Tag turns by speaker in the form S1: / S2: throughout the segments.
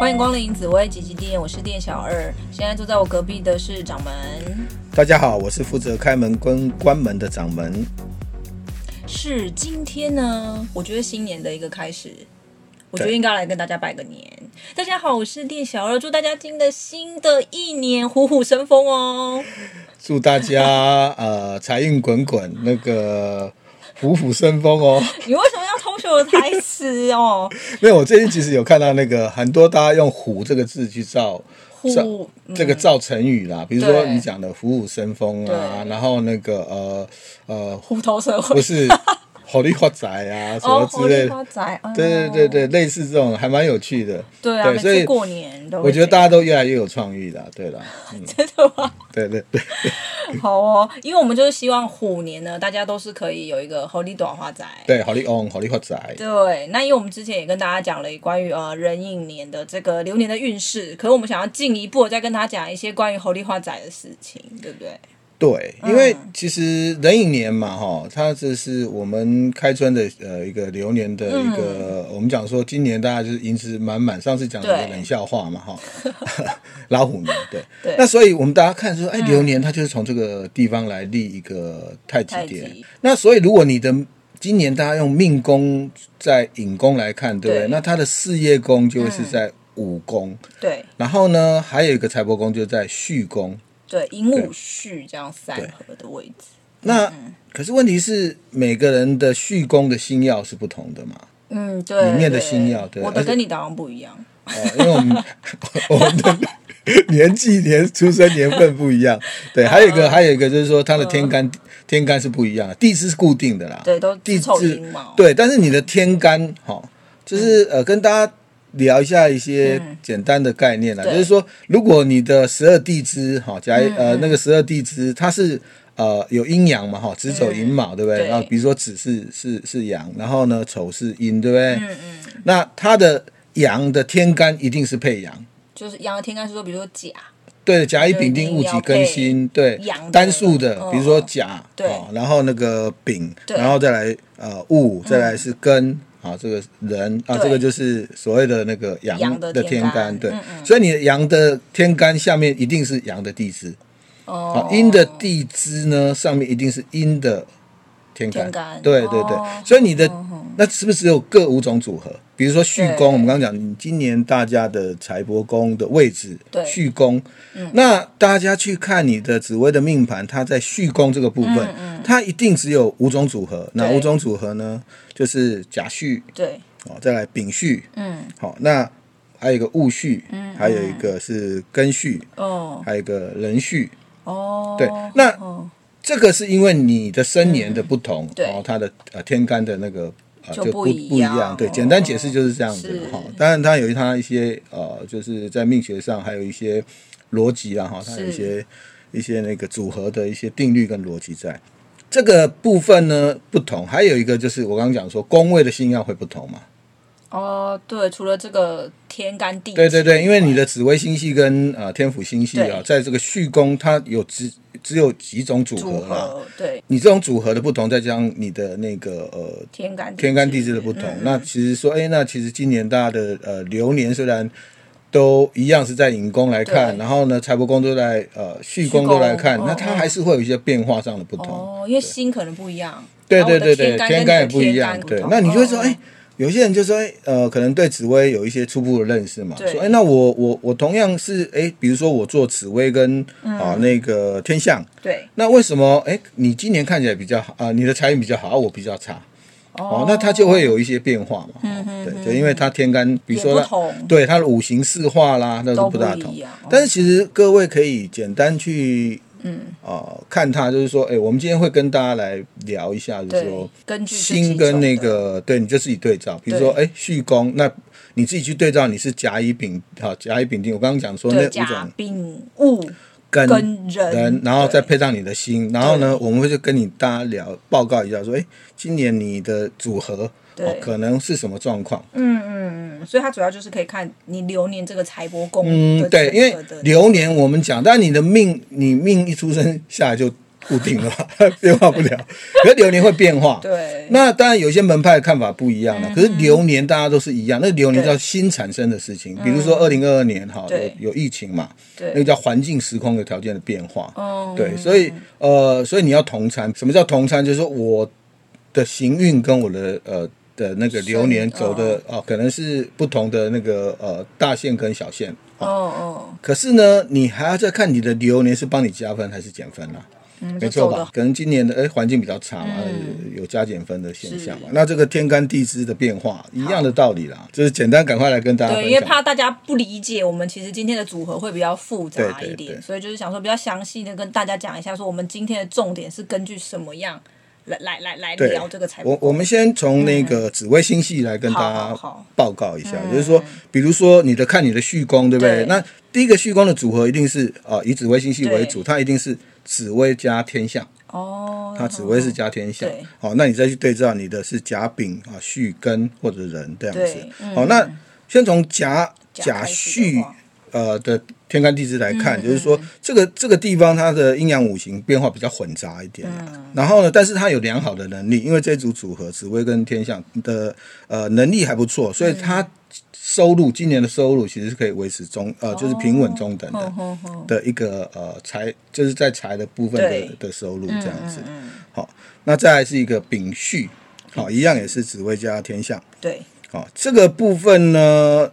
S1: 欢迎光临紫薇姐姐店，我是店小二。现在坐在我隔壁的是掌门。
S2: 大家好，我是负责开门跟关门的掌门。
S1: 是今天呢，我觉得新年的一个开始，我觉得应该来跟大家拜个年。大家好，我是店小二，祝大家新的新的一年虎虎生风 哦。
S2: 祝 大家呃财运滚滚，那个虎虎生风哦。
S1: 你为什么要偷学我的台词哦？
S2: 没有，我最近其实有看到那个很多大家用“虎”这个字去造造
S1: 虎，嗯
S2: 这个造成语啦，比如说
S1: 对
S2: 你讲的“虎虎生风”啊，
S1: 对
S2: 然后那个呃呃
S1: 虎头蛇
S2: 不
S1: 尾
S2: 是火力发财啊什么
S1: 哦，
S2: 之类
S1: 花
S2: 的。
S1: 仔，哦
S2: 对对对对，类似这种还蛮有趣的。
S1: 对啊，
S2: 对
S1: 每
S2: 所以
S1: 次过年都会
S2: 我觉得
S1: 这
S2: 大
S1: 样
S2: 家都越来越有创意了。对了，
S1: 真的吗？
S2: 对对对，
S1: 好哦，因为我们就是希望虎年呢，大家都是可以有一个合理短花仔。
S2: 对，哦火力 on，火力发财。
S1: 对，那因为我们之前也跟大家讲了关于呃壬寅年的这个流年的运势，可是我们想要进一步地再跟他讲一些关于猴狸花仔的事情，对不对？
S2: 对，因为
S1: 嗯
S2: 其实壬寅年嘛，哈，它这是我们开春的呃一个流年的一
S1: 嗯
S2: 个，我们讲说今年大家就是银子满满，上次讲的一个
S1: 对
S2: 冷笑话 嘛，哈，老虎年，对，
S1: 对嗯
S2: 那所以我们大家看说，哎，流年它就是从这个地方来立一个太极
S1: 太
S2: 点
S1: 极，
S2: 那所以如果你的今年大家用命宫在引宫来看，对不对？
S1: 对嗯
S2: 那他的事业宫就会是在午宫，
S1: 对
S2: 然后呢，还有一个财帛宫就在戌宫，
S1: 对，寅午戌这样三合的位置，嗯
S2: 那可是问题是，每个人的续宫的星耀是不同的嘛？
S1: 嗯，对，
S2: 里面的
S1: 对
S2: 星耀对
S1: 我的
S2: 而且
S1: 跟你的好像不一样，
S2: 哦，因为我 们我们的年纪、年出生年份不一样。
S1: 嗯
S2: 对，还有一个，还有一个就是说，它的天干天干是不一样的，地支是固定的啦。
S1: 对，都
S2: 地
S1: 子丑
S2: 支
S1: 寅卯，
S2: 对，但是你的天干
S1: 嗯
S2: 哈、哦，就是呃，跟大家聊一下一些简单的概念啦，
S1: 嗯对
S2: 就是说，如果你的十二地支哈，假如
S1: 嗯
S2: 呃那个十二地支它是。呃，有阴阳嘛，哈，子丑寅卯，对不对？
S1: 对
S2: 然后比如说子是是是阳，然后呢丑是阴，对不对？
S1: 嗯嗯，
S2: 那它的阳的天干一定是配阳，
S1: 就是阳的天干是说，比如说甲，
S2: 对，甲乙
S1: 就一
S2: 丙
S1: 定
S2: 丁戊
S1: 要
S2: 己庚
S1: 配
S2: 辛，对
S1: 阳的，
S2: 单数的，比如说
S1: 嗯
S2: 甲，
S1: 对
S2: 哦然后那个丙，
S1: 对嗯
S2: 然后再来呃戊，再来是庚。啊，这个人啊，
S1: 对
S2: 这个就是所谓的那个阳
S1: 阳的天
S2: 天
S1: 干
S2: 对
S1: 嗯，
S2: 所以你的阳的天干下面一定是阳的地支，
S1: 哦
S2: 啊，，阴的地支呢上面一定是阴的天干
S1: 天，干
S2: 对对对
S1: 哦，
S2: 所以你的那是不是只有各五种组合？比如说续
S1: 对
S2: 宫，我们刚刚讲，你今年大家的财帛宫的位置
S1: 对，嗯
S2: 续宫，那大家去看你的紫微的命盘，它在续宫这个部分，它一定只有五种组合。哪
S1: 嗯对
S2: 五种组合呢？就是甲戌
S1: 对，
S2: 哦，再来丙戌，
S1: 嗯，
S2: 好、那还有一个戊戌，还有一个是庚戌，
S1: 哦
S2: 还有一个壬戌，
S1: 哦，
S2: 对，那
S1: 哦嗯
S2: 这个是因为你的生年的不同，
S1: 对
S2: 然后它的呃天干的那个呃
S1: 就
S2: 就
S1: 不
S2: 不
S1: 一
S2: 不一
S1: 样
S2: 样。对，
S1: 哦
S2: 简单解释就是这样子
S1: 是
S2: 哈。当然，它有它一些呃，就是在命学上还有一些逻辑啊哈，它有一些一些那个组合的一些定律跟逻辑在。这个部分呢不同，还有一个就是我刚刚讲说宫位的星耀会不同嘛，
S1: 哦，对，除了这个天干地，
S2: 对对对，因为你的紫微星系跟呃天府星系啊
S1: 对，
S2: 在这个序宫它有只只有几种组
S1: 组
S2: 合啊啦，
S1: 合对
S2: 你这种组合的不同，再加上你的那个呃
S1: 天干
S2: 天干地支的不同，
S1: 嗯
S2: 那其实说，哎、那其实今年大家的呃流年虽然都一样是在引宫来看，
S1: 对
S2: 然后呢财帛宫都在呃戌宫都来看，
S1: 戌宫
S2: 那
S1: 哦
S2: 它
S1: 哦
S2: 还是会有一些变化上的不同。
S1: 哦，因为心可能不一样，
S2: 对
S1: 然后
S2: 对
S1: 我的
S2: 对对，
S1: 干
S2: 天
S1: 跟
S2: 干
S1: 你
S2: 也
S1: 的
S2: 不一样，
S1: 天干
S2: 对
S1: 不，同
S2: 那你就会说，
S1: 哦
S2: 哎、有些人就说，哎，呃，可能对紫薇有一些初步的认识嘛，
S1: 对
S2: 说，哎，那我我我同样是，哎，比如说我做紫薇跟
S1: 嗯
S2: 啊、那个天象，
S1: 对
S2: 那为什么哎，你今年看起来比较好啊、你的财运比较好，啊我比较差？哦，那它就会有一些变化嘛。哦对对，因为它天干，比
S1: 嗯
S2: 如
S1: 也
S2: 说
S1: 不
S2: 它
S1: 同
S2: 对它的五行四化啦，那
S1: 都
S2: 都不大
S1: 不一
S2: 同
S1: 样哦。
S2: 但是其实各位可以简单去嗯呃看它，就是说，哎，我们今天会跟大家来聊一下，就是
S1: 对
S2: 说，
S1: 根据这几
S2: 心跟那
S1: 种的
S2: 个对，你就自己对照。比如说，哎，戌宫，那你自己去对照，你是甲乙丙好，甲乙丙丁。我刚刚讲说那
S1: 对
S2: 五
S1: 甲
S2: 种
S1: 丙戊
S2: 根
S1: 跟人
S2: 人，，然后
S1: 嗯对
S2: 再配上你的心，然后呢，我们会就跟你大家聊报告一下，说，哎，今年你的组合
S1: 对
S2: 哦，可能是什么状况？
S1: 嗯嗯，所以它主要就是可以看你流年这个财帛宫
S2: 嗯，
S1: 的
S2: 对，
S1: 整
S2: 因为
S1: 个的
S2: 流年我们讲，但你的命，你命一出生下来就固定了 嘛，变化不了。可是流年会变化。
S1: 对，嗯
S2: 那当然有些门派看法不一样了，可是流年大家都是一样，那流年叫新产生的事情，比如说二零二二年哈
S1: 嗯对
S2: 有有疫情嘛，
S1: 对
S2: 那个叫环境时空的条件的变化。
S1: 哦
S2: 对，所以呃，所以你要同参。什么叫同参？就是说我的行运跟我的呃的那个流年走的哦、可能是不同的那个呃大线跟小线。
S1: 哦哦，
S2: 可是呢，你还要再看你的流年是帮你加分还是减分啦、啊
S1: 嗯
S2: 没
S1: 就
S2: 错
S1: 走
S2: 吧
S1: 的？
S2: 可能今年的哎环境比较差嘛，
S1: 嗯
S2: 呃有加减分的现象嘛
S1: 是。
S2: 那这个天干地支的变化一样的道理啦，就是简单赶快来跟大家分
S1: 对，
S2: 享。
S1: 因为怕大家不理解，我们其实今天的组合会比较复杂一点，
S2: 对对对
S1: 所以就是想说比较详细的跟大家讲一下，说我们今天的重点是根据什么样来来来来
S2: 对
S1: 聊这个财富。
S2: 我
S1: 嗯
S2: 我们先从那个紫微星系来跟大
S1: 好好
S2: 家
S1: 好嗯
S2: 报告一下，就是说，比如说你的看你的序宫，对不
S1: 对？
S2: 对那第一个序宫的组合一定是啊、呃以紫微星系为
S1: 对
S2: 主，它一定是紫微加天象，
S1: 哦，
S2: 它紫微是加天象
S1: 对。
S2: 好、那你再去对照你的是甲丙啊、戌庚或者人这样子
S1: 对。嗯
S2: 好、那先从甲
S1: 甲
S2: 甲
S1: 开始的
S2: 戌
S1: 话嗯
S2: 呃的天干地支来看，就是说这个这个地方它的阴阳五行变化比较混杂一点、
S1: 嗯
S2: 啊然后呢，但是它有良好的能力，因为这组组合紫薇跟天象的呃能力还不错，所以
S1: 嗯
S2: 它收入、今年的收入其实是可以维持中呃就是平稳中等的、
S1: 哼哼哼
S2: 的一个呃财就是在财的部分
S1: 对
S2: 的的收
S1: 嗯
S2: 入这样子。好、那再来是一个丙戌，好、一样也是紫薇加天象。
S1: 对，
S2: 好、这个部分呢，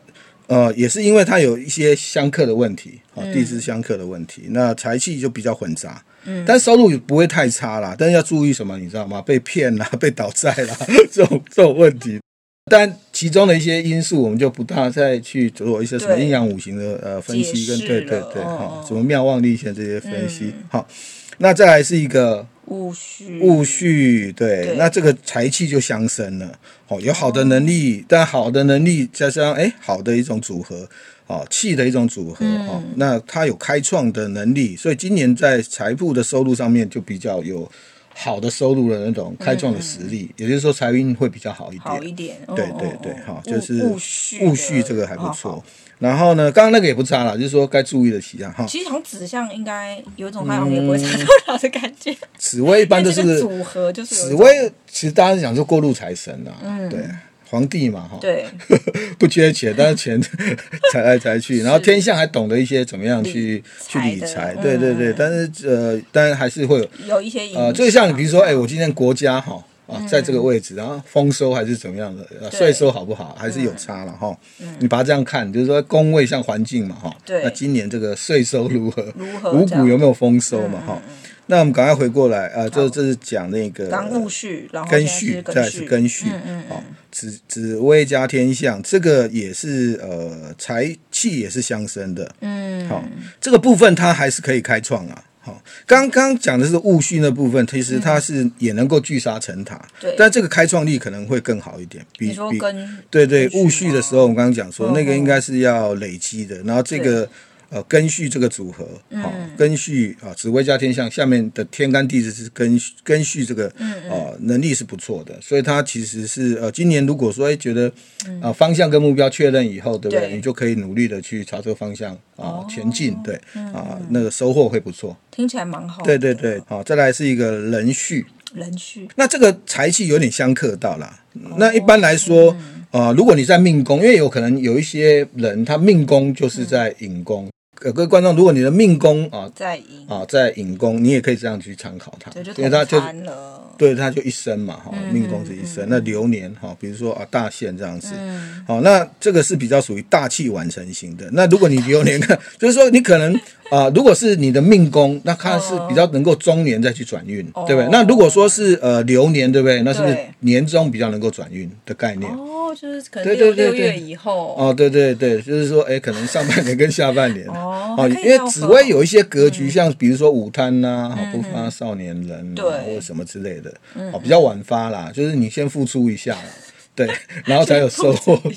S2: 呃，也是因为它有一些相克的问题，好、
S1: 嗯
S2: 地支相克的问题，那财气就比较混杂。嗯，但收入也不会太差啦，但是要注意什么，你知道吗？被骗啦， 被倒债啦，这种这种问题。但其中的一些因素，我们就不大再去做一些什么
S1: 对
S2: 阴阳五行的呃分析跟
S1: 解释
S2: 对对
S1: 了
S2: 对，
S1: 哦
S2: 好、
S1: 哦嗯
S2: 什么妙望力线这些分析，好、那再来是一个
S1: 戊戌
S2: 戊戌，对，
S1: 对
S2: 那这个财气就相生了。哦，有好的能力，但好的能力加上哎好的一种组合，哦气的一种组合、
S1: 嗯
S2: 哦，那他有开创的能力，所以今年在财富的收入上面就比较有好的收入的那种开创的实力，也就是说财运会比较好一点。
S1: 嗯好一点，哦
S2: 对
S1: 哦
S2: 对
S1: 哦
S2: 对，
S1: 哦
S2: 哈、就是
S1: 戊戌的
S2: 戊戌这个还不。
S1: 好好
S2: 错。然后呢，刚刚那个也不差啦，就是说该注意的几项哈。
S1: 其实好像指向应该有一种好像也不会差多少的感觉，
S2: 紫薇嗯一般
S1: 但
S2: 都
S1: 这个
S2: 是
S1: 组合就是有一
S2: 紫
S1: 种
S2: 薇其实大家讲说过路财神啊，对，皇帝嘛哈，
S1: 对
S2: 不缺钱，但 是钱财来财去，然后天象还懂得一些怎么样去去
S1: 理
S2: 理
S1: 财
S2: 财，
S1: 的嗯
S2: 对对对，但是呃，当然还是会有
S1: 有一些影响。
S2: 呃，就像你比如说，哎，我今天国家哈啊在这个位置，然后丰收还是怎么样的，呃
S1: 嗯对嗯
S2: 税收好不好还是有差了哈。你把它这样看，就是说工位像环境嘛哈，
S1: 对
S2: 那今年这个税收如何？
S1: 如何
S2: 五
S1: 这样嗯
S2: 谷有没有丰收嘛哈？那我们赶快回过来啊，这这是讲那个
S1: 刚戊戌，然后
S2: 根
S1: 续
S2: 续，再来是根
S1: 嗯
S2: 续，哦，紫紫薇加天象，这个也是呃财气也是相生的，
S1: 嗯，
S2: 好、这个部分它还是可以开创啊。好、刚刚讲的是戊戌那部分，其实它是也能够聚沙成塔，
S1: 嗯对
S2: 但这个开创力可能会更好一点，比
S1: 你说
S2: 比
S1: 跟
S2: 对对
S1: 根
S2: 戊
S1: 续哦
S2: 戌的时候，我们刚刚讲说那个应该是要累积的，然后这个。呃，庚戌这个组合，
S1: 嗯
S2: 好、庚戌啊，紫微加天象下面的天干地支是庚戌庚戌这个，
S1: 嗯
S2: 呃，能力是不错的，所以它其实是呃，今年如果说哎觉得啊、呃方向跟目标确认以后，对不对？
S1: 嗯对哦
S2: 你就可以努力的去朝这个方向啊、前进，对
S1: 嗯
S2: 啊、那个收获会不错。
S1: 听起来蛮好的，
S2: 对对对，
S1: 哦
S2: 好、再来是一个壬戌，
S1: 人序
S2: 那这个财气有点相克到啦。
S1: 哦
S2: 那一般来说，
S1: 嗯
S2: 呃，如果你在命宫，因为有可能有一些人他命宫就是在引宫。
S1: 嗯
S2: 呃，各位观众，如果你的命宫啊
S1: 在赢，
S2: 啊在引宫，你也可以这样去参考它
S1: 对，，就
S2: 因为它
S1: 同
S2: 就是
S1: 残了，
S2: 对，它就一生嘛，哈、命宫是一生。那流年哈、比如说啊大限这样子，好、那这个是比较属于大器晚成型的。那如果你流年 看，就是说你可能啊、如果是你的命宫，那它是比较能够中年再去转运，对不对？那如果说是呃流年，对不对？那是不是
S1: 对
S2: 年终比较能够转运的概念？
S1: 哦，就是可能
S2: 对
S1: 六
S2: 对对
S1: 六月
S2: 对
S1: 以后，
S2: 哦，对对对，就是说，哎，可能上半年跟下半年，
S1: 哦还可以
S2: 因为
S1: 这样
S2: 紫
S1: 分
S2: 薇
S1: 哦
S2: 有一些格局，像比如说午餐呐、好不发少年人、啊，
S1: 嗯对嗯
S2: 或者什么之类的，哦，比较晚发啦，就是你先付出一下 啦，对， 然后才有收获。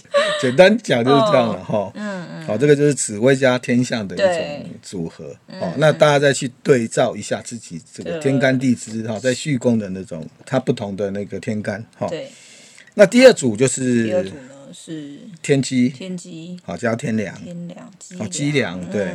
S2: 简单讲就是这样了哈。嗯嗯。好，这个就是紫薇加天象的一
S1: 哦对嗯
S2: 种组合。哦，那大家再去对照一下自己这个
S1: 对
S2: 天干地支哈，在戌宫的那种它不同的那个天干哈。
S1: 对，
S2: 那第二组就
S1: 第二
S2: 是
S1: 组呢是
S2: 天机，
S1: 天机、
S2: 好加天梁。
S1: 天梁、机嗯
S2: 哦，机
S1: 梁，
S2: 良对，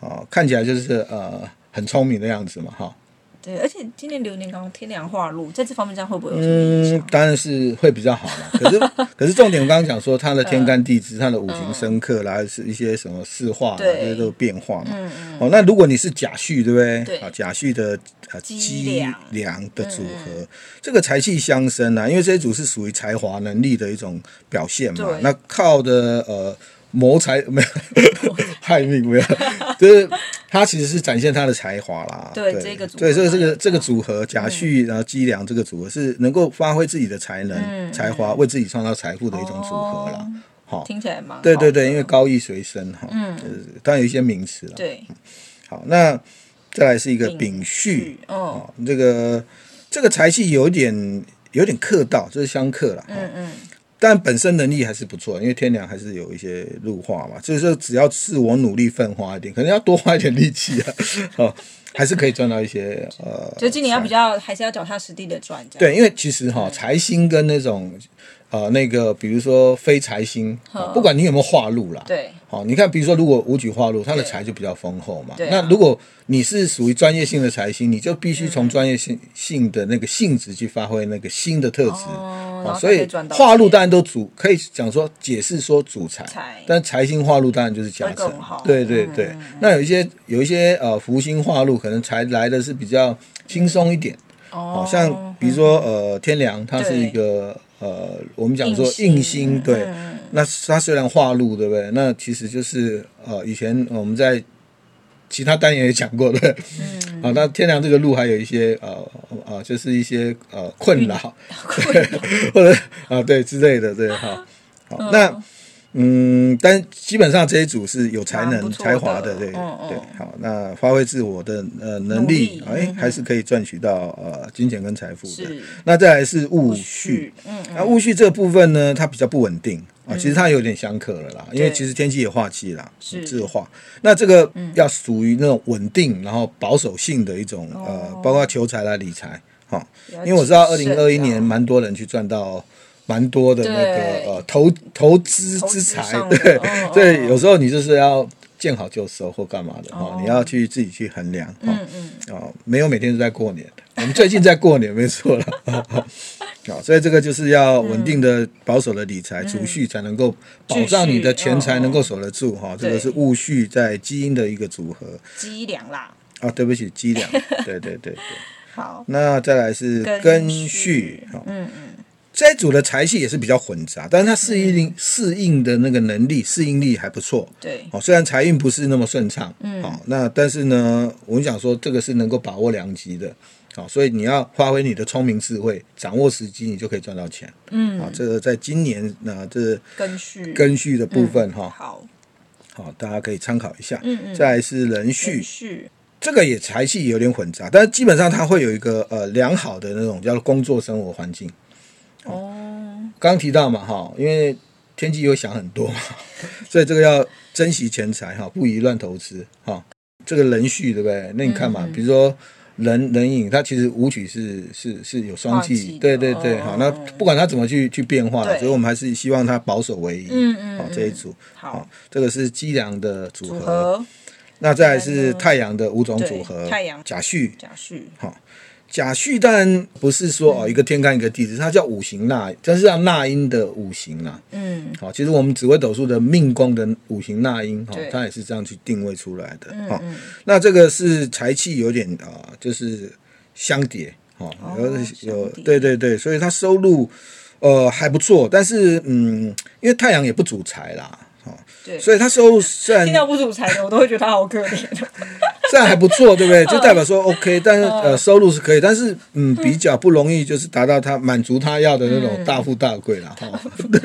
S2: 哦，看起来就是呃很聪明的样子嘛，哈、
S1: 对，而且今年流年刚天凉化禄，在这方面这样会不会有什么影
S2: 嗯
S1: 响？，
S2: 当然是会比较好啦。 可是，可是重点我刚刚讲说，它的天干地支、它的五行生克啦，是一些什么四化啦，
S1: 嗯对嗯
S2: 这些都有变化嘛。哦，那如果你是甲戌，对不对？
S1: 对
S2: 啊，甲戌的呃
S1: 鸡
S2: 鸡
S1: 粮
S2: 粮的组
S1: 嗯
S2: 合，这个财气相生啊，因为这些组是属于才华能力的一种表现嘛
S1: 对。
S2: 那靠的呃 谋财没有 害命没有，就是他其实是展现他的才华啦。
S1: 对
S2: 对
S1: 这个组合
S2: 对这个这
S1: 蛮有
S2: 个这个组合甲戌然后鸡粮这个组合是能够发挥自己的才能、
S1: 嗯
S2: 才华，为自己创造财富的一种组合啦。好、
S1: 听起来哦蛮好
S2: 对对对，
S1: 的
S2: 因为高义随身哈，嗯，就是当然有一些名词啦。
S1: 对
S2: 好，那再来是一个
S1: 丙
S2: 丙戌
S1: 戌，嗯
S2: 哦，这个这个财气有点有点克到，这是相克了。嗯
S1: 嗯，
S2: 但本身能力还是不错，因为天良还是有一些入化嘛，就是说只要自我努力奋发一点，可能要多花一点力气啊， 哦，还是可以赚到一些呃。
S1: 就今年要比
S2: 较
S1: 较还是要脚踏实地的赚，这样
S2: 对，因为其实哈、财星跟那种呃那个，比如说非财星、哦不管你有没有化禄啦，
S1: 对
S2: 好，你看，比如说，如果五举化禄，它的
S1: 对
S2: 财就比较丰厚嘛。
S1: 对啊
S2: 那如果你是属于专业性的财星，你就必须
S1: 嗯
S2: 从专业性性的那个性质去发挥那个新的特质。
S1: 哦，然
S2: 好
S1: 后
S2: 所
S1: 才可
S2: 以
S1: 赚到
S2: 化禄
S1: 钱
S2: 当然都主可以讲说解释说主财
S1: 财，
S2: 但财星化禄当然就是加
S1: 会
S2: 成
S1: 更好。嗯
S2: 对对对，那有一些有一些呃福星化禄可能财来的是比较轻松一点。好、
S1: 哦，
S2: 像比如说呃天良，它是一
S1: 对
S2: 个呃我们讲说
S1: 硬嗯星
S2: 硬星，对，那它虽然化禄，对不对？那其实就是呃以前我们在其他单元也讲过的，嗯、啊，那天良这个路还有一些呃呃就是一些呃困扰，对， 或者啊对之类的，对哈。好，那嗯，但基本上这一组是有才
S1: 蛮不
S2: 能、
S1: 错
S2: 才华
S1: 的
S2: 的，对、
S1: 嗯嗯
S2: 对。好，那发挥自我的呃能
S1: 努
S2: 力
S1: 力，嗯
S2: 哎、还是可以赚取到呃金钱跟财富的
S1: 是。
S2: 那再来是戊戌
S1: 去，，嗯，
S2: 那戊戌这个部分呢，它比较不稳定啊，其实它有点相克了啦，因为其实天气也化气啦，
S1: 是嗯
S2: 自化。那这个要属于那种稳定，然后保守性的一种
S1: 哦
S2: 呃，包括求财来理财哈。
S1: 了
S2: 因为我知道二
S1: 解
S2: 零二一
S1: 是啊
S2: 年蛮多人去赚到蛮多的那
S1: 对
S2: 个呃投投资嗯之财
S1: 投，资上的
S2: 对
S1: 哦哦
S2: 对，有时候你就是要见好就收或干嘛的哈，你要去自己去衡量哈。哦，没有每天都在过年，我们最近在过年，没错 了。好，所以这个就是要稳定的、保守的理财、储蓄，才能够保障你的钱财能够守得住哈。这个是戊戌在基因的一个组合
S1: 积粮啦，
S2: 啊，对不起，积 粮。对对对对。
S1: 好，
S2: 那再来是
S1: 庚
S2: 庚
S1: 戌
S2: 戌，好，嗯嗯，嗯这一组的财气也是比较混杂，但是它适应适应的那个能力、适应力还不错。
S1: 对，
S2: 哦，虽然财运不是那么顺畅，嗯，好、那但是呢，我们讲说这个是能够把握良机的，好、所以你要发挥你的聪明智慧，掌握时机，你就可以赚到钱，嗯，啊、这个在今年那、这
S1: 根续
S2: 根续的部分哈，
S1: 好，
S2: 好、大家可以参考一下，嗯嗯嗯，再来是人序
S1: 根，续
S2: 这个也财气有点混杂，但是基本上它会有一个呃良好的那种叫做工作生活环境。
S1: 哦，
S2: 刚提到嘛哈，因为天气有想很多嘛， 所以这个要珍惜钱财哈，不宜乱投资哈。这个人序对不对？那你看
S1: 嗯
S2: 嘛，比如说人人影，它其实舞曲是是是有双
S1: 双季
S2: 季，
S1: 的
S2: 对对对，
S1: 哦
S2: 好，那不管它怎么去去变化啦，
S1: 对
S2: 所以我们还是希望它保守为一。
S1: 嗯嗯
S2: 好
S1: 嗯
S2: 这一组，
S1: 好，
S2: 这个是鸡粮的组
S1: 组
S2: 合，
S1: 合
S2: 那再来是太阳的五种组合
S1: 对，太阳
S2: 甲戌，
S1: 甲戌，
S2: 甲戌当然不是说
S1: 嗯
S2: 哦一个天干一个地支，它叫五行纳，就是叫纳音的五行啦。
S1: 嗯，
S2: 好，其实我们紫微斗数的命宫的五行纳音，哈
S1: 对，嗯
S2: 它也是这样去定位出来的。哈、那这个是财气有点啊、就是相叠，哈、有有
S1: 哦相叠
S2: 对对对，所以它收入呃还不错，但是嗯，因为太阳也不主财啦，哈、
S1: 对
S2: 所以它收入虽然
S1: 听到不主财的，我都会觉得他好可怜，
S2: 这样还不错，对不对？就代表
S1: 嗯
S2: 说 OK，但是呃，收入是可以，但是嗯，比较不容易，就是达到他满足他要的那
S1: 嗯
S2: 种大富大贵啦。哈。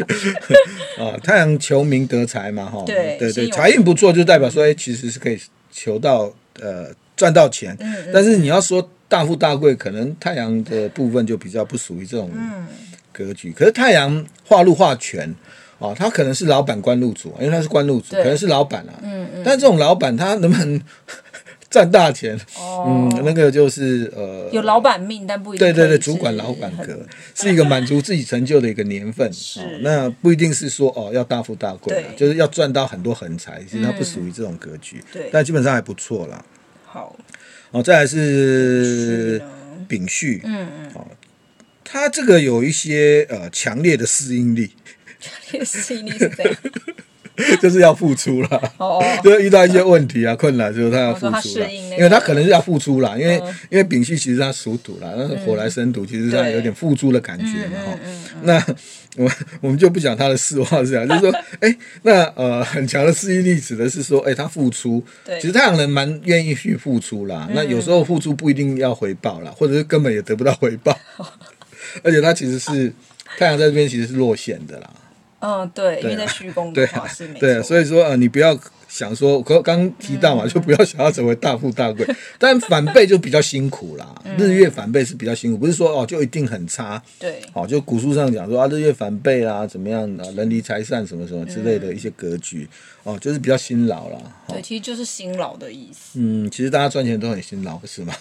S2: 对啊，太阳求名得财嘛，哈，
S1: 对
S2: 对
S1: 先有嗯
S2: 财运不错，就代表说，哎，其实是可以求到呃赚到钱，
S1: 嗯
S2: 但是你要说大富大贵，可能太阳的部分就比较不属于这种
S1: 嗯
S2: 格局。可是太阳化禄化权。哦，他可能是老板官禄主，因为他是官禄主，
S1: 对
S2: 可能是老板啊。嗯嗯。但这种老板他能不能 赚大钱？
S1: 哦
S2: 嗯，，那个就是呃，
S1: 有老板命，但不一定
S2: 对对
S1: 可
S2: 对，
S1: 以
S2: 主管
S1: 是
S2: 老板格
S1: 很
S2: 是一个满足自己成就的一个年份。
S1: 是
S2: 哦那不一定是说哦要大富大贵啊
S1: 对，
S2: 就是要赚到很多横财，其实它不属于这种格局。
S1: 对
S2: 但基本上还不错啦。
S1: 好，
S2: 哦，再来是丙戌，嗯嗯，哦，它这个有一些呃强烈的适应力，
S1: 也 是一定是这样。
S2: 就是要付出啦，
S1: 哦哦
S2: 就是遇到一些问题啊、困难，就是他要
S1: 我
S2: 付
S1: 说他
S2: 出啦
S1: 适应那，个嗯
S2: 因为他可能是要付出啦，因为因为丙戌其实它属土啦，但是火来生土，其实它
S1: 对
S2: 有点付出的感觉
S1: 嗯
S2: 嘛哈。那我我们就不讲他的四 化是啊，就是说，哎，那呃很强的适应力指的是说，哎，他付出，
S1: 对嗯
S2: 其实太阳人蛮愿意去付出啦，那有时候付出不一定要回报啦，或者是根本也得不到 回报，而且他其实是太阳在这边其实是落线的啦。
S1: 嗯，对，因为
S2: 对
S1: 在
S2: 啊
S1: 虚宫
S2: 对
S1: 的
S2: 啊
S1: 话是没，
S2: 对啊，
S1: 错，嗯
S2: 所以说呃，你不要想说，我刚提到嘛，就不要想要成为大富 大贵，但反背就比较辛苦啦。
S1: 嗯
S2: 日月反背是比较辛苦，不是说哦就一定很差。
S1: 对，
S2: 好、就古书上讲说啊，日月反背啦，怎么样啊，人离财散什么什么之类的
S1: 嗯
S2: 一些格局，哦，就是比较辛劳啦。
S1: 对，其实就是辛劳的意思。
S2: 嗯，其实大家赚钱都很辛劳，不是吗？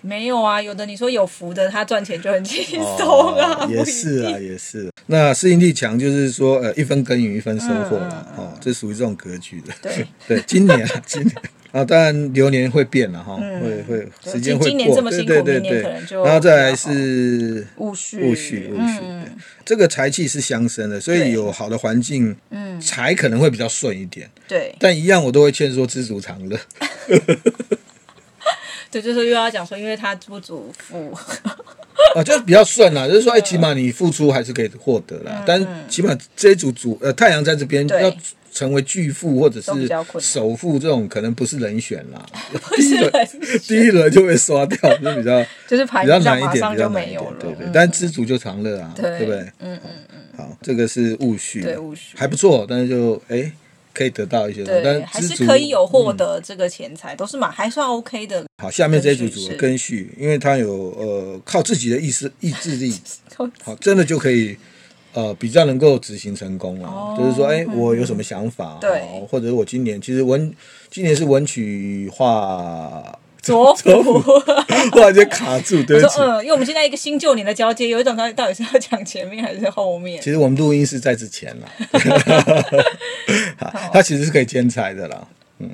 S1: 没有啊，有的你说有福的，他赚钱就很轻 松啊，
S2: 哦也
S1: 不一
S2: 是
S1: 定
S2: 啊，也是。那适应力强就是说，呃，一分耕耘一分收获了，哦，这属于这种格局的。
S1: 嗯对
S2: 对，今年啊，今年啊，当然流年会变了哈，会会
S1: 嗯对
S2: 时间会
S1: 今今年这
S2: 过，
S1: 么
S2: 对
S1: 辛苦
S2: 对对
S1: 明年
S2: 对
S1: 可能。就
S2: 然后再来是
S1: 戊戌，
S2: 戊戌，戊戌，
S1: 嗯
S2: 对这个财气是相生的，所以
S1: 对
S2: 有好的环境，嗯，财可能会比较顺一点。
S1: 对
S2: 但一样，我都会劝说知足常乐。
S1: 对，就是又要讲说，因为他不祖父，
S2: 啊，就是比较顺啦，就是说，
S1: 嗯
S2: 哎，起码你付出还是可以获得啦。但起码这一组主呃太阳在这边
S1: 对
S2: 要成为巨富或者是
S1: 都比较困难
S2: 首富这种，可能不是人选啦。
S1: 不是人
S2: 第一轮就被刷掉，就 比较
S1: 就是排
S2: 比
S1: 名
S2: 较
S1: 上
S2: 难一
S1: 马
S2: 点，
S1: 上
S2: 比
S1: 就
S2: 较难一
S1: 没
S2: 点
S1: 有，了，
S2: 对对
S1: 嗯。
S2: 但知足就常乐啊，
S1: 对
S2: 对不对？
S1: 嗯
S2: 嗯嗯。好，这个是戊戌，
S1: 对戊戌
S2: 还不错，但是就哎可以得到一些东西，但
S1: 对，还
S2: 知
S1: 是
S2: 足嗯
S1: 可以有获得这个钱财，都是蛮还算 OK 的，
S2: 好。下面这一组组
S1: 根
S2: 根续，因为他有呃靠自己的意识意志 力。
S1: 都
S2: 好，真的就可以。呃，比较能够执行成功了，就是说，哎、我有什么想法，
S1: 哦嗯对
S2: 哦或者我今年其实文，今年是文曲画，
S1: 左辅。
S2: 突然间卡住，对不
S1: 说
S2: 起。
S1: 嗯，因为我们现在一个新旧年的交接，有一种到底到底是要讲前面还是后面？
S2: 其实我们录音是在之前 啦， 好它其实是可以兼差的啦。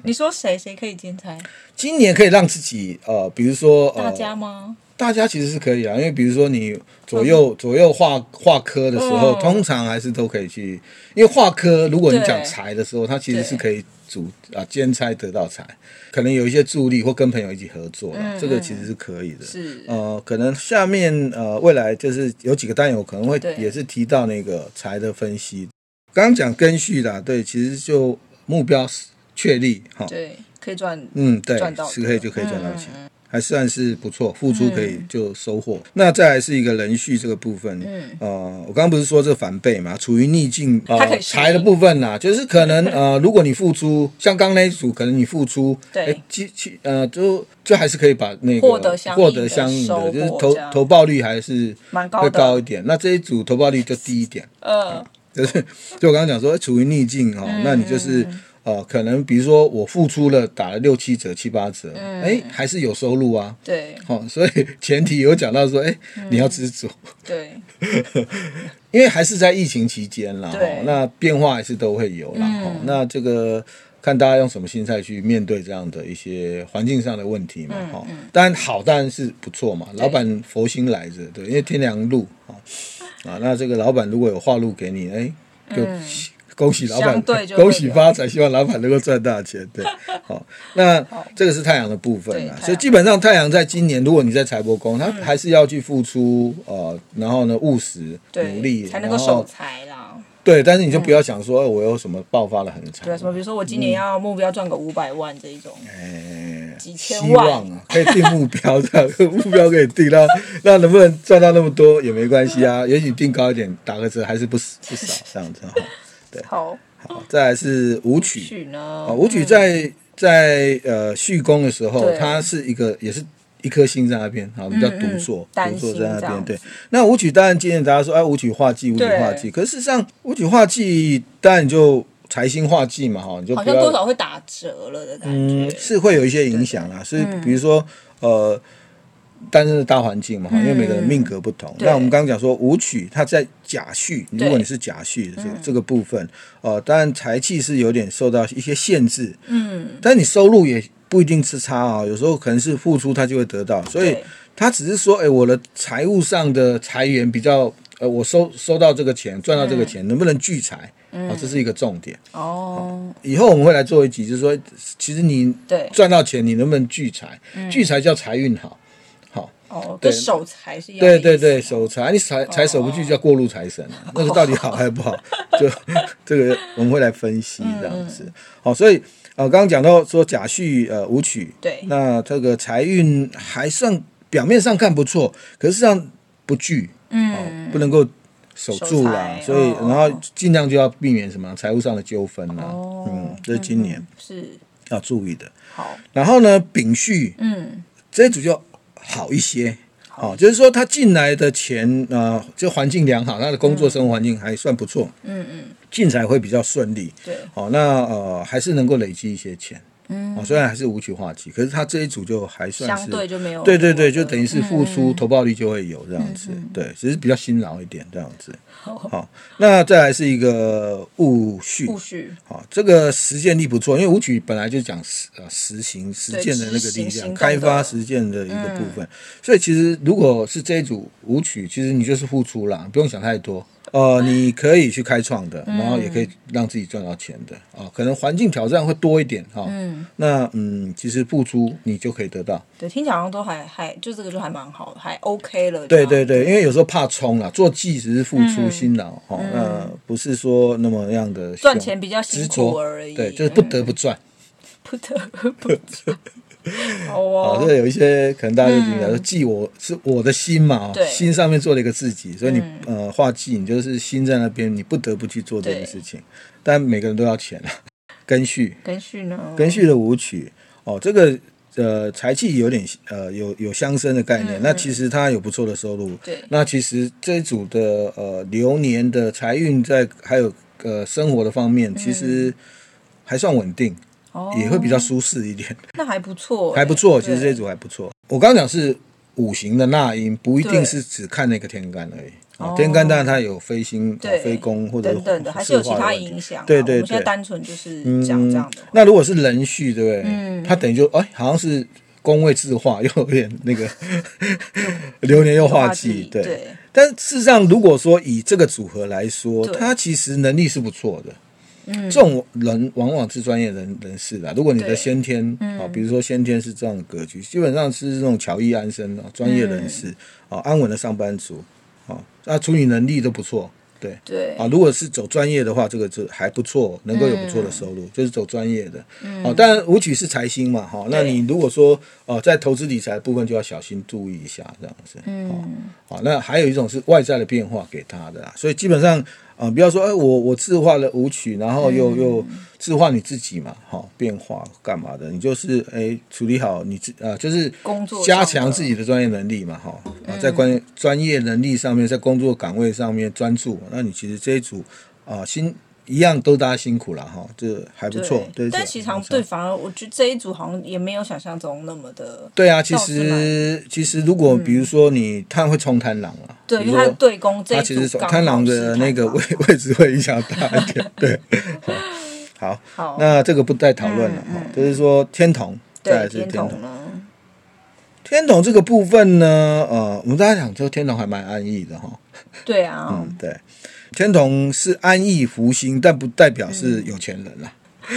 S1: 你说谁谁可以兼差？
S2: 今年可以让自己呃，比如说呃，
S1: 大家吗？
S2: 大家其实是可以啊，因为比如说你左右、左右画画科的时候，
S1: 嗯
S2: 通常还是都可以去，因为画科如果你讲
S1: 对
S2: 财的时候，它其实
S1: 对
S2: 是可以组啊兼差得到财，可能有一些助力或跟朋友一起合作啦，啊这个其实是可以的。
S1: 嗯是
S2: 呃，可能下面呃未来就是有几个单元，我可能会
S1: 对
S2: 也是提到那个财的分析。刚刚讲根序啦，对，其实就目标确立哈，
S1: 对，可以赚
S2: 嗯，对
S1: 赚到，
S2: 是可以就可以赚到钱。
S1: 嗯嗯嗯
S2: 还算是不错，付出可以就收获。那再来是一个人序这个部分，
S1: 嗯，
S2: 呃，我刚刚不是说这反背嘛，处于逆境，
S1: 它可
S2: 呃，
S1: 以适应
S2: 财的部分呐、就是可能呃，如果你付出，像刚那一组，可能你付出，
S1: 对
S2: 诶，其其呃，就就还是可以把那个
S1: 获得相应的
S2: 获得相应
S1: 收
S2: 的，
S1: 获
S2: 就是投
S1: 这样
S2: 投报率还是
S1: 蛮高
S2: 会
S1: 的，
S2: 高一点。那这一组投报率就低一点，
S1: 呃，
S2: 就是就我刚刚讲说诶处于逆境哦，那你就是。呃，可能比如说我付出了打了六七折、七八折，哎、还是有收入啊。
S1: 对
S2: 好、所以前提有讲到说，哎、你要知足，
S1: 对
S2: 因为还是在疫情期间啦，
S1: 对嗯
S2: 哦，那变化还是都会有啦，哦，那这个。看大家用什么心态去面对这样的一些环境上的问题
S1: 嗯
S2: 嘛，哈、当然好当然是不错嘛，老板佛心来着，对，因为天良路啊、哦、啊，那这个老板如果有话路给你，哎、就、恭喜老
S1: 嗯
S2: 板
S1: 相对，就会
S2: 恭喜发财，希望老板能够赚大钱， 对，好、那这个是太阳的部分
S1: 对太，
S2: 啊
S1: 阳嗯
S2: 所以基本上太阳在今年，如果你在财帛宫，他还是要去付出呃，然后呢务实
S1: 对，
S2: 努力，哦
S1: 才能够
S2: 然后
S1: 守财啦。
S2: 对，但是你就不要想说，哎我有什么爆发的很惨，
S1: 对啊，什么比如说我今年要目标赚个五百万这一种，
S2: 哎
S1: 几
S2: 希
S1: 千万
S2: 望啊，可以定目标，这样 目标可以定，那那能不能赚到那么多也没关系啊，也许定高一点，打个折还是不不少这样子哈。
S1: 好
S2: 好，再来是舞曲，
S1: 去呢
S2: 啊，？武举在在呃续宫的时候，
S1: 对
S2: 它是一个也是一颗星在那边，好，我们叫独
S1: 嗯
S2: 坐，独坐
S1: 担心
S2: 在那
S1: 这样
S2: 边。
S1: 子
S2: 对，那武举当然今天大家说，哎、武举化忌，武举
S1: 对
S2: 化忌，可是事实上武举化忌，当然你就财星化忌嘛，哈，你就
S1: 好
S2: 不
S1: 像多
S2: 要，
S1: 少会打折了的感
S2: 嗯，
S1: 觉。
S2: 是会有一些影响啦，是
S1: 嗯
S2: 比如说、呃。单身的大环境嘛，哈因为每个人命格不同。
S1: 嗯对
S2: 那我们刚刚讲说武曲，它在甲戌，如果
S1: 对嗯
S2: 你是甲戌的这个这个部分，呃，当然财气是有点受到一些限制，
S1: 嗯，
S2: 但你收入也不一定是差啊、有时候可能是付出他就会得到，所以
S1: 对
S2: 他只是说，哎、我的财务上的裁员比较，呃，我收收到这个钱，赚到这
S1: 嗯
S2: 个钱，能不能聚财？哦，这是一个重点。
S1: 哦，
S2: 以后我们会来做一集，就是说，其实你
S1: 对嗯
S2: 赚到钱，你能不能聚财？聚财叫财运好。
S1: 哦，
S2: 对
S1: 跟守财是一样的
S2: 对
S1: 意思。啊哦
S2: 对对，守财，你财财守不住叫过路财神 啊，那个到底好还不好？ 就这个我们会来分析这样
S1: 嗯
S2: 子。好，所以呃，刚刚讲到说贾旭呃舞曲，
S1: 对
S2: 那这个财运还算表面上看不错，可是上不聚，嗯，不能够守住啦，
S1: 守财
S2: 所以
S1: 哦
S2: 然后尽量就要避免什么财务上的纠纷啦，
S1: 哦
S2: 嗯，这是今年
S1: 是
S2: 要注意的。
S1: 好，
S2: 然后呢，丙戌
S1: 嗯，
S2: 这一组就好一些。哦，就是说他进来的钱，呃，就环境良好，他的工作生活环境还算不错，嗯嗯，进财会比较顺利，
S1: 对，
S2: 哦，那呃还是能够累积一些钱，嗯，哦，虽然还是无曲化期，可是他这一组就还算
S1: 相
S2: 是，
S1: 对就没有嗯
S2: 对对对，就
S1: 我的
S2: 等于是付出、投报率就会有这样子，
S1: 嗯
S2: 对，只是比较辛劳一点这样子，好、那再来是一个戊戌，
S1: 戊戌
S2: 好、啊这个实践力不错，因为舞曲本来就讲实呃实行实践的那个
S1: 执
S2: 力
S1: 行行动的嗯
S2: 量，开发实践的一个部分。所以其实如果是这一组舞曲，其实你就是付出啦，不用想太多。呃，你可以去开创的，
S1: 嗯
S2: 然后也可以让自己赚到钱的啊、可能环境挑战会多一点哈、嗯，那嗯，其实付出你就可以得到。
S1: 对，听起来好像都还还就这个就还蛮好的，还 OK 了。
S2: 对
S1: 这
S2: 对
S1: 样，
S2: 对，因为有时候怕冲啦，做技只是付出辛劳哈、那、不是说那么样的
S1: 嗯赚钱比较辛
S2: 执
S1: 苦
S2: 着
S1: 而已。嗯
S2: 对，就是不得不赚。
S1: 不得不 讲好哦，
S2: 哦，
S1: 嗯
S2: 这个有一些可能大家就觉得说，记我是我的心嘛，哦
S1: 对嗯
S2: 心上面做了一个自己，所以你呃画记，你就是心在那边，你不得不去做这件
S1: 对
S2: 事情。但每个人都要钱啊， 根续
S1: 根续呢？
S2: 根续的舞曲哦，这个呃财气有点呃有有相生的概念，那其实它有不错的收入。
S1: 嗯对
S2: 那其实这一组的呃流年的财运在还有呃生活的方面，其实还算稳定，
S1: 嗯哦
S2: 也会比较舒适一点。
S1: 那还不错欸，
S2: 还不错，其实
S1: 对
S2: 这一组还不错。我刚刚讲是五行的纳音，不一定
S1: 对
S2: 是只看那个天干而已。哦
S1: 哦，
S2: 天干当然它有飞星、
S1: 对
S2: 呃飞宫或者
S1: 等等的，还是有
S2: 四
S1: 其
S2: 化的
S1: 他
S2: 问题
S1: 影响啊。
S2: 对
S1: 我
S2: 对
S1: 们现在
S2: 对。
S1: 单纯就是讲这样的话。
S2: 那如果是人序，对不对？嗯，它等于就哎，好像是宫位制化，又有点那个 流年又化气，
S1: 对
S2: 嗯对。但事实上，如果说以这个组合来说，
S1: 对
S2: 他其实能力是不错的。嗯，这种人往往是专业人人士的。如果你的
S1: 对嗯
S2: 先天啊、比如说先天是这样的格局，基本上是这种乔伊安生
S1: 嗯
S2: 啊，专业人士啊、安稳的上班族啊，那处理能力都不错。对
S1: 对
S2: 啊，如果是走专业的话，这个就还不错，能够有不错的收入，
S1: 嗯
S2: 就是走专业的。嗯，哦，当然舞曲是财星嘛，哈、那
S1: 对
S2: 你如果说哦、在投资理财部分就要小心注意一下，这样子。嗯，好，那还有一种是外在的变化给他的啦，所以基本上，呃，不要说，哎、我我自化了舞曲，然后
S1: 嗯
S2: 又、又自化你自己嘛，好、变化干嘛的？你就是哎、处理好你自呃，就是
S1: 工作上
S2: 加
S1: 的嗯
S2: 强自己的专业能力嘛，哈、啊，在关专业能力上面，在工作岗位上面专注，那你其实这一组啊、辛一样都大家辛苦了哈、这还不错，对，
S1: 但
S2: 这
S1: 其实好像对，反而我觉得这一组好像也没有想象中那么的，
S2: 对啊，其
S1: 倒是
S2: 实其实如果比如说你，他会冲贪狼啊，
S1: 嗯对，
S2: 比
S1: 因为
S2: 如
S1: 他
S2: 说
S1: 的对攻这
S2: 它
S1: 一
S2: 其实
S1: 组
S2: 手
S1: 刚好
S2: 贪狼
S1: 是
S2: 的
S1: 太
S2: 那个
S1: 棒
S2: 位 位置会影响大 一点，对。好，
S1: 好，
S2: 那这个不再讨论了哈、就是说天同，再来
S1: 嗯对
S2: 是天
S1: 童
S2: 同。
S1: 呢，
S2: 天同这个部分呢，呃，我们大家讲这个天同还蛮安逸的哈、
S1: 对啊，
S2: 嗯，对，天同是安逸福星，但不代表是
S1: 嗯
S2: 有钱人啦。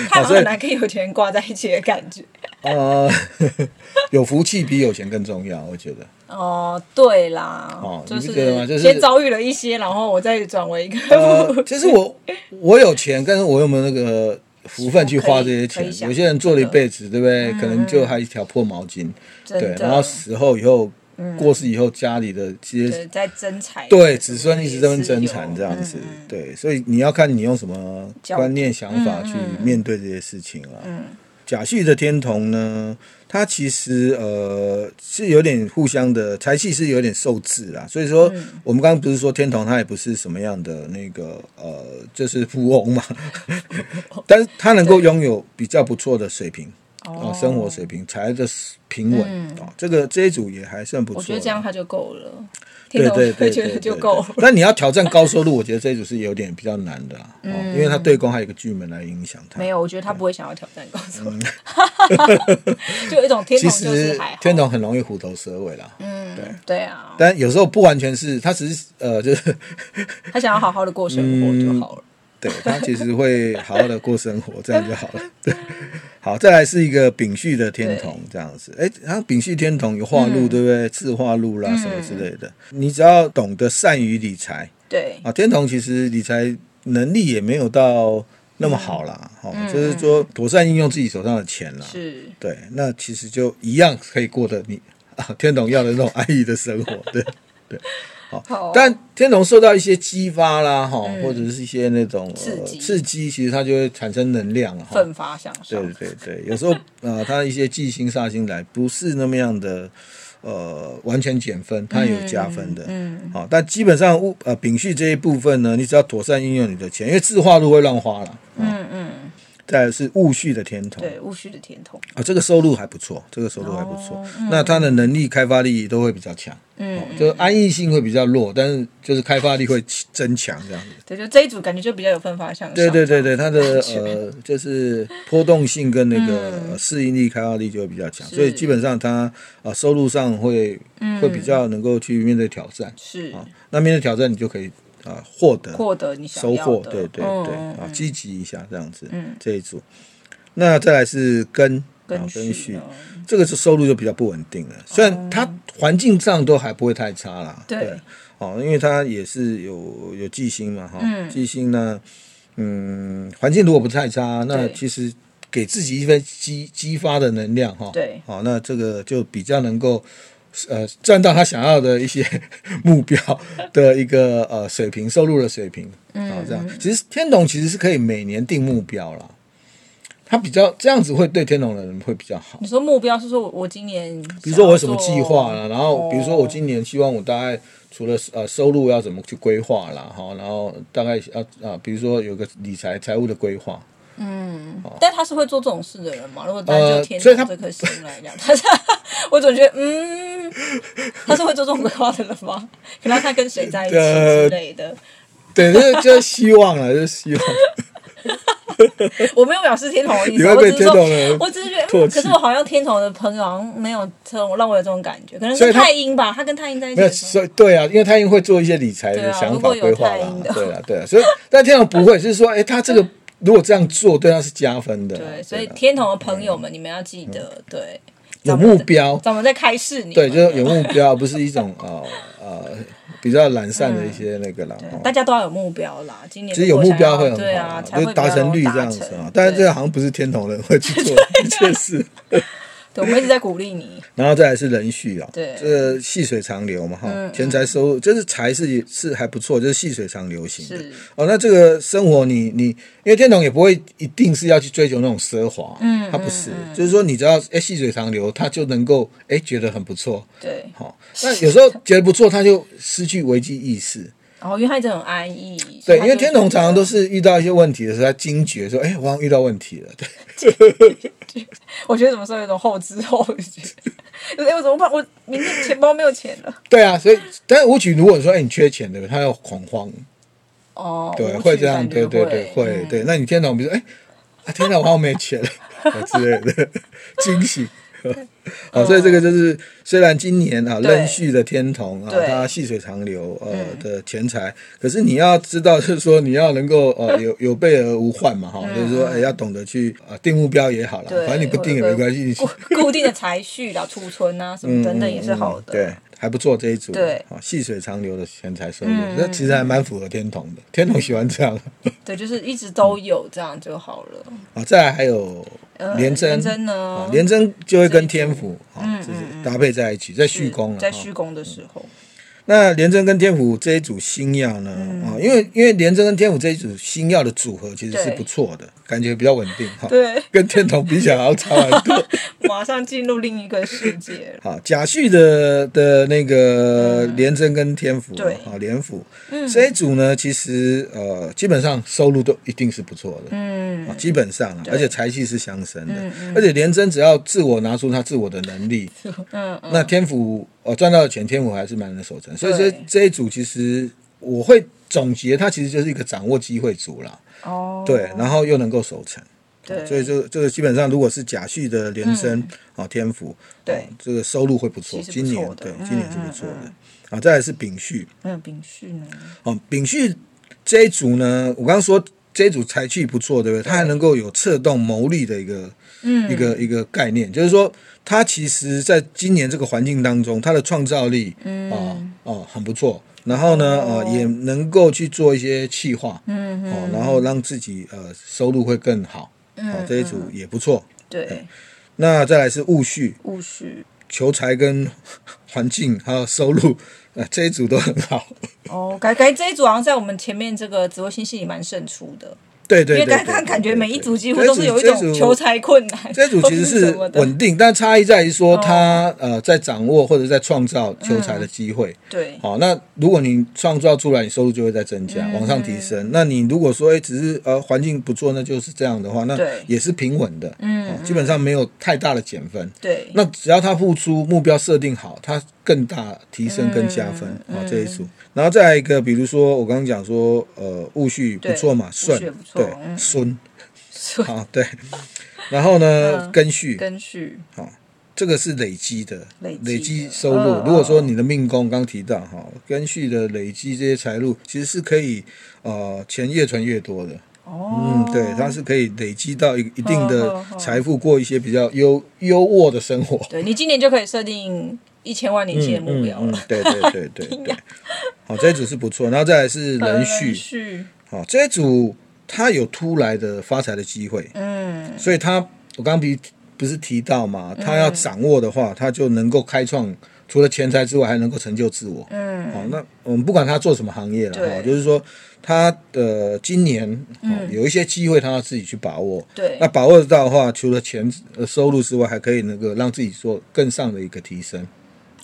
S1: 他好
S2: 所
S1: 像
S2: 以
S1: 很难跟有钱人挂在一起的感觉。
S2: 呃， 有福气比有钱更重要，我觉得。
S1: 哦，对啦，
S2: 哦
S1: 就
S2: 你不觉得吗就是
S1: 是先遭遇了一些，然后我再转为一个
S2: 呃，其实我我有钱，但是我有没有那个福分去花这些
S1: 可以可
S2: 钱
S1: 以？想嗯
S2: 有些人做了一辈子，对不对？可能就还一条破毛巾，
S1: 真
S2: 对，
S1: 的
S2: 然后死后以后，过世以后家里的这
S1: 对
S2: 些。
S1: 在争财，
S2: 对子孙一直在那边
S1: 也是
S2: 争
S1: 有
S2: 产这样子
S1: 嗯嗯，
S2: 对，所以你要看你用什么
S1: 角度嗯
S2: 观念想法去面对这些事情啊。贾旭的天同呢，它其实呃是有点互相的财气是有点受制啦，所以说、
S1: 嗯
S2: 我们刚刚不是说天同它也不是什么样的那个呃 就是富翁嘛，但是它能够拥有比较不错的水平。哦，生活水平才的平稳哦，这个这一组也还算不
S1: 嗯
S2: 错。
S1: 我觉得这样它就够了，听
S2: 对
S1: 懂
S2: 对对
S1: 会
S2: 对
S1: 觉得
S2: 对
S1: 就够了
S2: 对。但你要挑战高收入，我觉得这一组是有点比较难 的啦，哦，因为他对攻还有一个巨门来影响他。
S1: 嗯没有，我觉得他不会想要挑战高手， 就有一种天
S2: 嗯其
S1: 童就是
S2: 实
S1: 还好，
S2: 天童很容易虎头蛇尾啦，
S1: 嗯，对啊，
S2: 但有时候不完全是他只是呃，就是
S1: 他想要好好的过生活就好了。
S2: 对他其实会好好的过生活，这样就好 了。对，好，再来是一个丙戌的天童这样子，哎，然后丙戌天童有化
S1: 嗯
S2: 禄，对不对？自化禄啦什么之类的，你只要懂得善于理财
S1: 对，
S2: 啊，天童其实理财能力也没有到那么好啦，哦，就是说妥善应用自己手上的钱啦。
S1: 嗯是
S2: 对，那其实就一样可以过得你啊天童要的那种安逸的生 活，对对。
S1: 好哦
S2: 好，但天童受到一些激发啦，哈、或者是一些那种、呃、
S1: 嗯刺激
S2: 刺激，其实它就会产生能量哈。
S1: 奋发向
S2: 对
S1: 上，
S2: 对对，有时 候呃，它一些忌星煞星来不是那么样的。呃，完全减分，它有加分的，嗯，好、但基本上物呃丙戌这一部分呢，你只要妥善运用你的钱，因为字画都会乱花了，啊
S1: 嗯嗯，
S2: 再来是戊戌的天同，
S1: 对，戊戌的甜筒，
S2: 啊，这个收入还不错，这个收入还不错。那他的能力、开发力都会比较强，
S1: 哦嗯
S2: 哦，就是安逸性会比较弱，但是就是开发力会增强这样子。
S1: 对，就这一组感觉就比较有奋发向上。
S2: 对对对对，它的呃就是波动性跟那个
S1: 嗯
S2: 呃适应力、开发力就会比较强，所以基本上它啊、呃收入上会
S1: 嗯
S2: 会比较能够去面对挑战。
S1: 是
S2: 啊，那面对挑战你就可以啊获得
S1: 获得你想
S2: 收
S1: 要
S2: 获，
S1: 的，
S2: 对对
S1: 嗯
S2: 对，
S1: 嗯
S2: 啊
S1: 嗯
S2: 积极一下这样子。
S1: 嗯，
S2: 这一组，那再来是根啊
S1: 根
S2: 根
S1: 续
S2: 续
S1: 呢。
S2: 这个是收入就比较不稳定了。虽然它环境上都还不会太差啦，
S1: 哦对
S2: 哦，因为它也是有有记星嘛，哈、
S1: 嗯
S2: 记星呢，嗯，环境如果不太差，那
S1: 对
S2: 其实给自己一份激激发的能量，哈、
S1: 对
S2: 好、那这个就比较能够。呃，赚到他想要的一些 目 标的一个呃水平，收入的水平，嗯，好、这样。其实天龙其实是可以每年定目标啦，他比较这样子会对天龙的人会比较好。
S1: 你说目标是说我我今年，
S2: 比
S1: 比
S2: 如说我有什么计划啊啦，然后比如说我今年希望我大概除了呃收入要怎么去规划啦，哈，然后大概要啊，比如说有个理财财务的规划，
S1: 但他是会做这种事的人嘛？如果单
S2: 呃
S1: 就天
S2: 所以他
S1: 堂这颗心来讲，他是我总觉得嗯，他是会做这种规划的人吗？可能要看跟谁在一起之
S2: 呃
S1: 类的。
S2: 对，就是就是希望了，就是希望
S1: 我没有表示天童的意
S2: 你
S1: 思，
S2: 会
S1: 我只
S2: 被
S1: 是
S2: 天
S1: 说，
S2: 懂人，
S1: 我只是觉得，
S2: 唾
S1: 嗯，
S2: 弃
S1: 可是我好像天童的朋友好像没有这种让我有这种感觉，可能
S2: 所
S1: 是
S2: 以他
S1: 太阴吧，他跟太阴在一起
S2: 没有，
S1: 的时候，
S2: 所以对啊，因为太英会做一些理财
S1: 对
S2: 的
S1: 啊
S2: 想
S1: 如
S2: 法
S1: 果有
S2: 规划
S1: 太
S2: 啦
S1: 阴的，话
S2: 对啊，对啊，所以但天龙不会，就是说，哎，他这个如果这样做，对他是加分的，
S1: 对，所以
S2: 啊
S1: 天童的朋友们，你们要记得，对，
S2: 有目标，
S1: 咱们在开示你们，
S2: 对，就是有目标，不是一种呃呃比较懒散的一些那个啦，哦哈
S1: 大家都要有目标啦。今年
S2: 其实有目标会很好，
S1: 对啊，才
S2: 就是
S1: 会
S2: 达成率这样子啊。但是这个好像不是天同人会去做
S1: 啊
S2: 的 一件事。
S1: 对，我们一直在鼓励你，
S2: 然后再来是人序啊，
S1: 对
S2: 这个细水长流嘛哈
S1: 嗯，
S2: 钱财收入就是财是是还不错，就是细水长流型的
S1: 是。
S2: 哦，那这个生活你你，因为天同也不会一定是要去追求那种奢华，
S1: 嗯
S2: 他不是，就是说你只要哎细水长流，他就能够哎觉得很不错。
S1: 对，
S2: 好，那有时候觉得不错，他就失去危机意识。
S1: 然后因为他一直很安逸，
S2: 对，因为天
S1: 童
S2: 童常常都是遇到一些问题的时候，他惊觉说：“哎、我好像遇到问题了。”对，
S1: 我觉得怎么说有一种后知后觉， 就是哎，我怎么办？我明天钱包没有钱了。
S2: 对啊，所以，但是舞曲如果说：“哎、你缺钱，对不对？”他要恐慌，
S1: 哦，
S2: 对，
S1: 我
S2: 会
S1: 去
S2: 这样，
S1: 感
S2: 对
S1: 觉
S2: 对对，会，
S1: 嗯
S2: 对。那你天童，比如说：“哎、啊，天童，我好像没 钱了哦之类的 惊喜。” 好，所以这个就是虽然今年啊，
S1: 嗯对
S2: 任续的天童啊，
S1: 对嗯
S2: 它细水长流呃的钱财，可是你要知道，就是说你要能够 呃有有备而无患嘛哈，就是说哎要懂得去啊定目标也好啦，
S1: 嗯对
S2: 反正你不定也没关系，你
S1: 固 固定的财序啦、储存啊什么等等也是好的。
S2: 嗯对，还不错这一组，
S1: 对嗯
S2: 啊，细水长流的钱财收入，那其实还蛮符合天童的，天童喜欢这样
S1: 对，就是一直都有这样就好了。
S2: 啊。再来还有
S1: 呃
S2: 连贞
S1: 连，贞哦
S2: 啊
S1: 呢，
S2: 连贞就会跟天府
S1: 嗯
S2: 啊，就是搭配在一起，在
S1: 是
S2: 续宫了
S1: 嗯在
S2: 哈
S1: 续宫的时候，
S2: 那廉贞跟天府这一组星耀呢？
S1: 嗯
S2: 啊、因为因为廉贞跟天府这一组星耀的组合其实是
S1: 对
S2: 不错的，感觉比较稳定哈。
S1: 对
S2: 跟天童比起来好像差很多。
S1: 马上进入另一个世界了。
S2: 好，甲戌的的那个廉贞跟天府，
S1: 嗯对嗯
S2: 好廉府、这一组呢，其实呃基本上收入都一定是不错的。
S1: 嗯，
S2: 啊基本上啊，而且财气是相生的，而且连真只要自我拿出他自我的能力，
S1: 嗯嗯，
S2: 那天府哦赚到的钱，天府还是蛮能守成。所以
S1: 对
S2: 这这一组其实我会总结，它其实就是一个掌握机会组啦，
S1: 哦，
S2: 对，然后又能够守成。
S1: 对，嗯
S2: 所以这个这个基本上，如果是甲戌的连升啊、天府，
S1: 对
S2: 哦这个收入会不错，
S1: 其实不
S2: 今年
S1: 错的
S2: 对
S1: 嗯，
S2: 今年是不错
S1: 嗯
S2: 的。啊，再来是丙戌，
S1: 还有丙戌呢，
S2: 哦，丙戌这一组呢，我刚刚说这一组财气不错，对不对？它还能够有策动谋利的一个
S1: 嗯
S2: 一个一个概念，就是说它其实在今年这个环境当中，它的创造力
S1: 嗯
S2: 啊哦很不错。然后呢，
S1: 哦
S2: 呃，也能够去做一些企划，
S1: 嗯嗯
S2: 哦，然后让自己呃收入会更好，哦，这一
S1: 嗯
S2: 组也不错。
S1: 对，
S2: 那再来是戊戌，
S1: 戊 戌
S2: 求财跟环境还有收入，呃，这一组都很好。
S1: 哦，感感觉这一组好像在我们前面这个紫微星系里蛮胜出的，
S2: 对对
S1: 因
S2: 对
S1: 为
S2: 对
S1: 刚刚感觉每一组几乎
S2: 对
S1: 都是有一种求。财困难，
S2: 这组这组这组其实
S1: 或者
S2: 是
S1: 什么的哦
S2: 稳定，但差异在于说他、呃在掌握或者在创造
S1: 嗯
S2: 求财的机会。
S1: 对，
S2: 好，那如果你创造出来，你收入就会在增加，
S1: 嗯
S2: 往上提升。那你如果说，哎、只是呃环境不错，那就是这样的话，那
S1: 对
S2: 也是平稳的，
S1: 嗯
S2: 哦基本上没有太大的减分。
S1: 对，
S2: 那只要他付出目标设定好，他更大提升跟加分
S1: 嗯
S2: 啊、哦这一组。然后再来一个，比如说我刚刚讲说，呃，戊戌不错嘛，
S1: 对戊
S2: 顺
S1: 戌也不错
S2: 对
S1: 嗯
S2: 孙
S1: 所以
S2: 啊对，然后呢
S1: 嗯
S2: 庚戌
S1: 根续
S2: 这个是累积的，
S1: 累积的
S2: 积收入。
S1: 嗯
S2: 如果说你的命宫刚提到哈，根续的累积这些财路，其实是可以呃钱越存越多的。
S1: 哦
S2: 嗯，，对，它是可以累积到一一定
S1: 哦
S2: 的
S1: 哦哦
S2: 财富，过一些比较优优渥的生活。
S1: 对你今年就可以设定一千万年薪的目标
S2: 嗯嗯
S1: 了
S2: 嗯，对对对 对对。好，这一组是不错，然后再来是嗯人
S1: 续
S2: 序。好，这一组它有突来的发财的机会，
S1: 嗯，
S2: 所以他我刚刚不是不是提到嘛，他要掌握的话，他就能够开创除了钱财之外，还能够成就自我。嗯，好、那我们不管他做什么行业了，
S1: 对
S2: 哈、就是说他的、呃今年、哦有一些机会，他要自己去把握。
S1: 对
S2: 那，把握得到的话，除了钱呃收入之外，还可以能够让自己做更上的一个提升。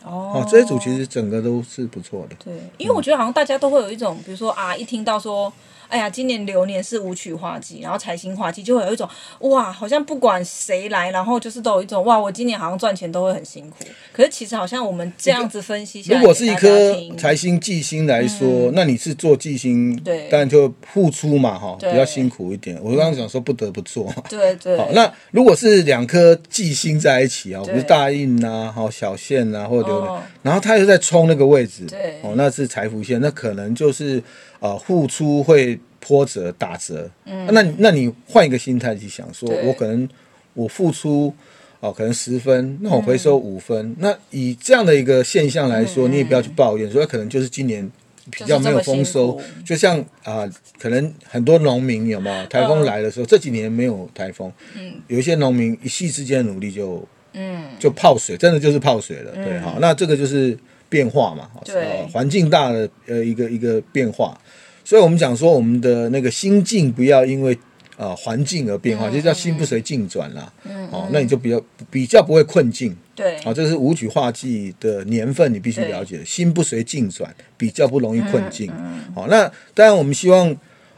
S1: 哦
S2: 哦，这一组其实整个都是不错的。
S1: 对，因为我觉得好像大家都会有一种，比如说啊，一听到说，哎呀，今年流年是武曲化忌，然后财星化忌，就会有一种哇，好像不管谁来，然后就是都有一种哇，我今年好像赚钱都会很辛苦。可是其实好像我们这样子分析下来，
S2: 如果是一
S1: 给大家
S2: 颗
S1: 听
S2: 财星忌星来说，那你是做忌星，
S1: 对
S2: 当然就付出嘛，哈，比
S1: 对
S2: 较辛苦一点。我刚刚讲说不得不做嘛。
S1: 对对，
S2: 好，那如果是两颗忌星在一起啊，比
S1: 对
S2: 如大印啊、好小线啊，或者流年，
S1: 哦
S2: 然后他又在冲那个位置，
S1: 对
S2: 哦，那是财富线，那可能就是呃付出会波折打折。嗯，那你那你换一个心态去想说，
S1: 对
S2: 我可能我付出。哦，可能十分，那我
S1: 嗯
S2: 回收五分。那以这样的一个现象来说，你也不要去抱怨，说可能就是今年比较没有丰收
S1: 就是这么辛苦，
S2: 就像啊、可能很多农民有没有台
S1: 嗯
S2: 风来的时候，这几年没有台风，嗯，有一些农民一夕之间的努力就
S1: 嗯，
S2: 就泡水，真的就是泡水了，对，好，那这个就是变化嘛，
S1: 对
S2: 呃环境大的呃一个一个变化，所以我们讲说我们的那个心境不要因为。呃，环境而变化，就叫心不随境转啦。嗯，哦，那你就比较比较不会困境。
S1: 对，
S2: 好、这是武曲化忌的年份，你必须了解。心不随境转，比较不容易困境。好、那当然我们希望，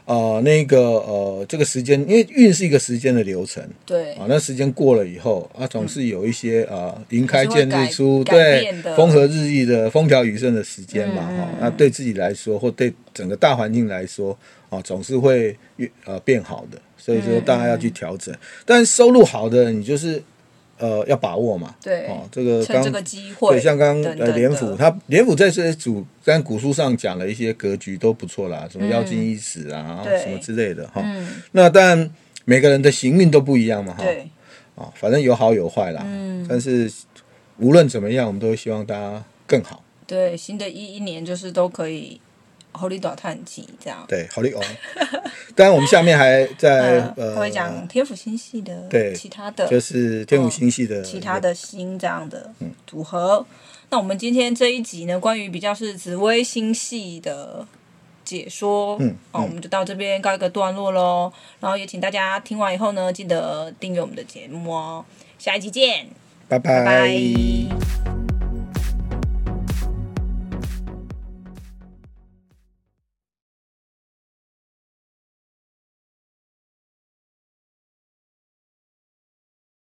S2: 呃，那个呃，这个时间，因为运是一个时间的流程。
S1: 对
S2: 啊，，那时间过了以后，啊，总是有一些啊，呃云开见日
S1: 嗯还是会
S2: 出，
S1: 改改
S2: 对
S1: 变的，嗯
S2: 风和日丽的风调雨顺的时间嘛，哈、那对自己来说，或对整个大环境来说，啊，总是会越呃变好的，所以
S1: 嗯
S2: 说大家要去调整。但收入好的，你就是呃要把握嘛，
S1: 对
S2: 哦，这个
S1: 趁
S2: 刚
S1: 这个机会，
S2: 对，像刚
S1: 等
S2: 呃
S1: 等
S2: 连
S1: 的
S2: 府，他连府在这组跟古书上讲了一些格局都不错啦，什么妖精一死啊，
S1: 嗯对
S2: 什么之类的哈。
S1: 嗯
S2: 那但每个人的行运都不一样嘛哈，
S1: 对
S2: 啊，反正有好有坏啦。嗯，但是无论怎么样，我们都希望大家更好。
S1: 对，新的一一年就是都可以。狐狸短叹气这样，
S2: 对，好利哦。当然，我们下面还在
S1: 嗯，他
S2: 呃
S1: 会，讲天府星系的，
S2: 对
S1: 其他的，
S2: 就是天府星系的
S1: 其他的星这样的
S2: 嗯
S1: 组合。那我们今天这一集呢，关于比较是紫微星系的解说，
S2: 嗯
S1: 哦，我们就到这边告一个段落喽。然后也请大家听完以后呢，记得订阅我们的节目哦。下一集见，
S2: 拜
S1: 拜拜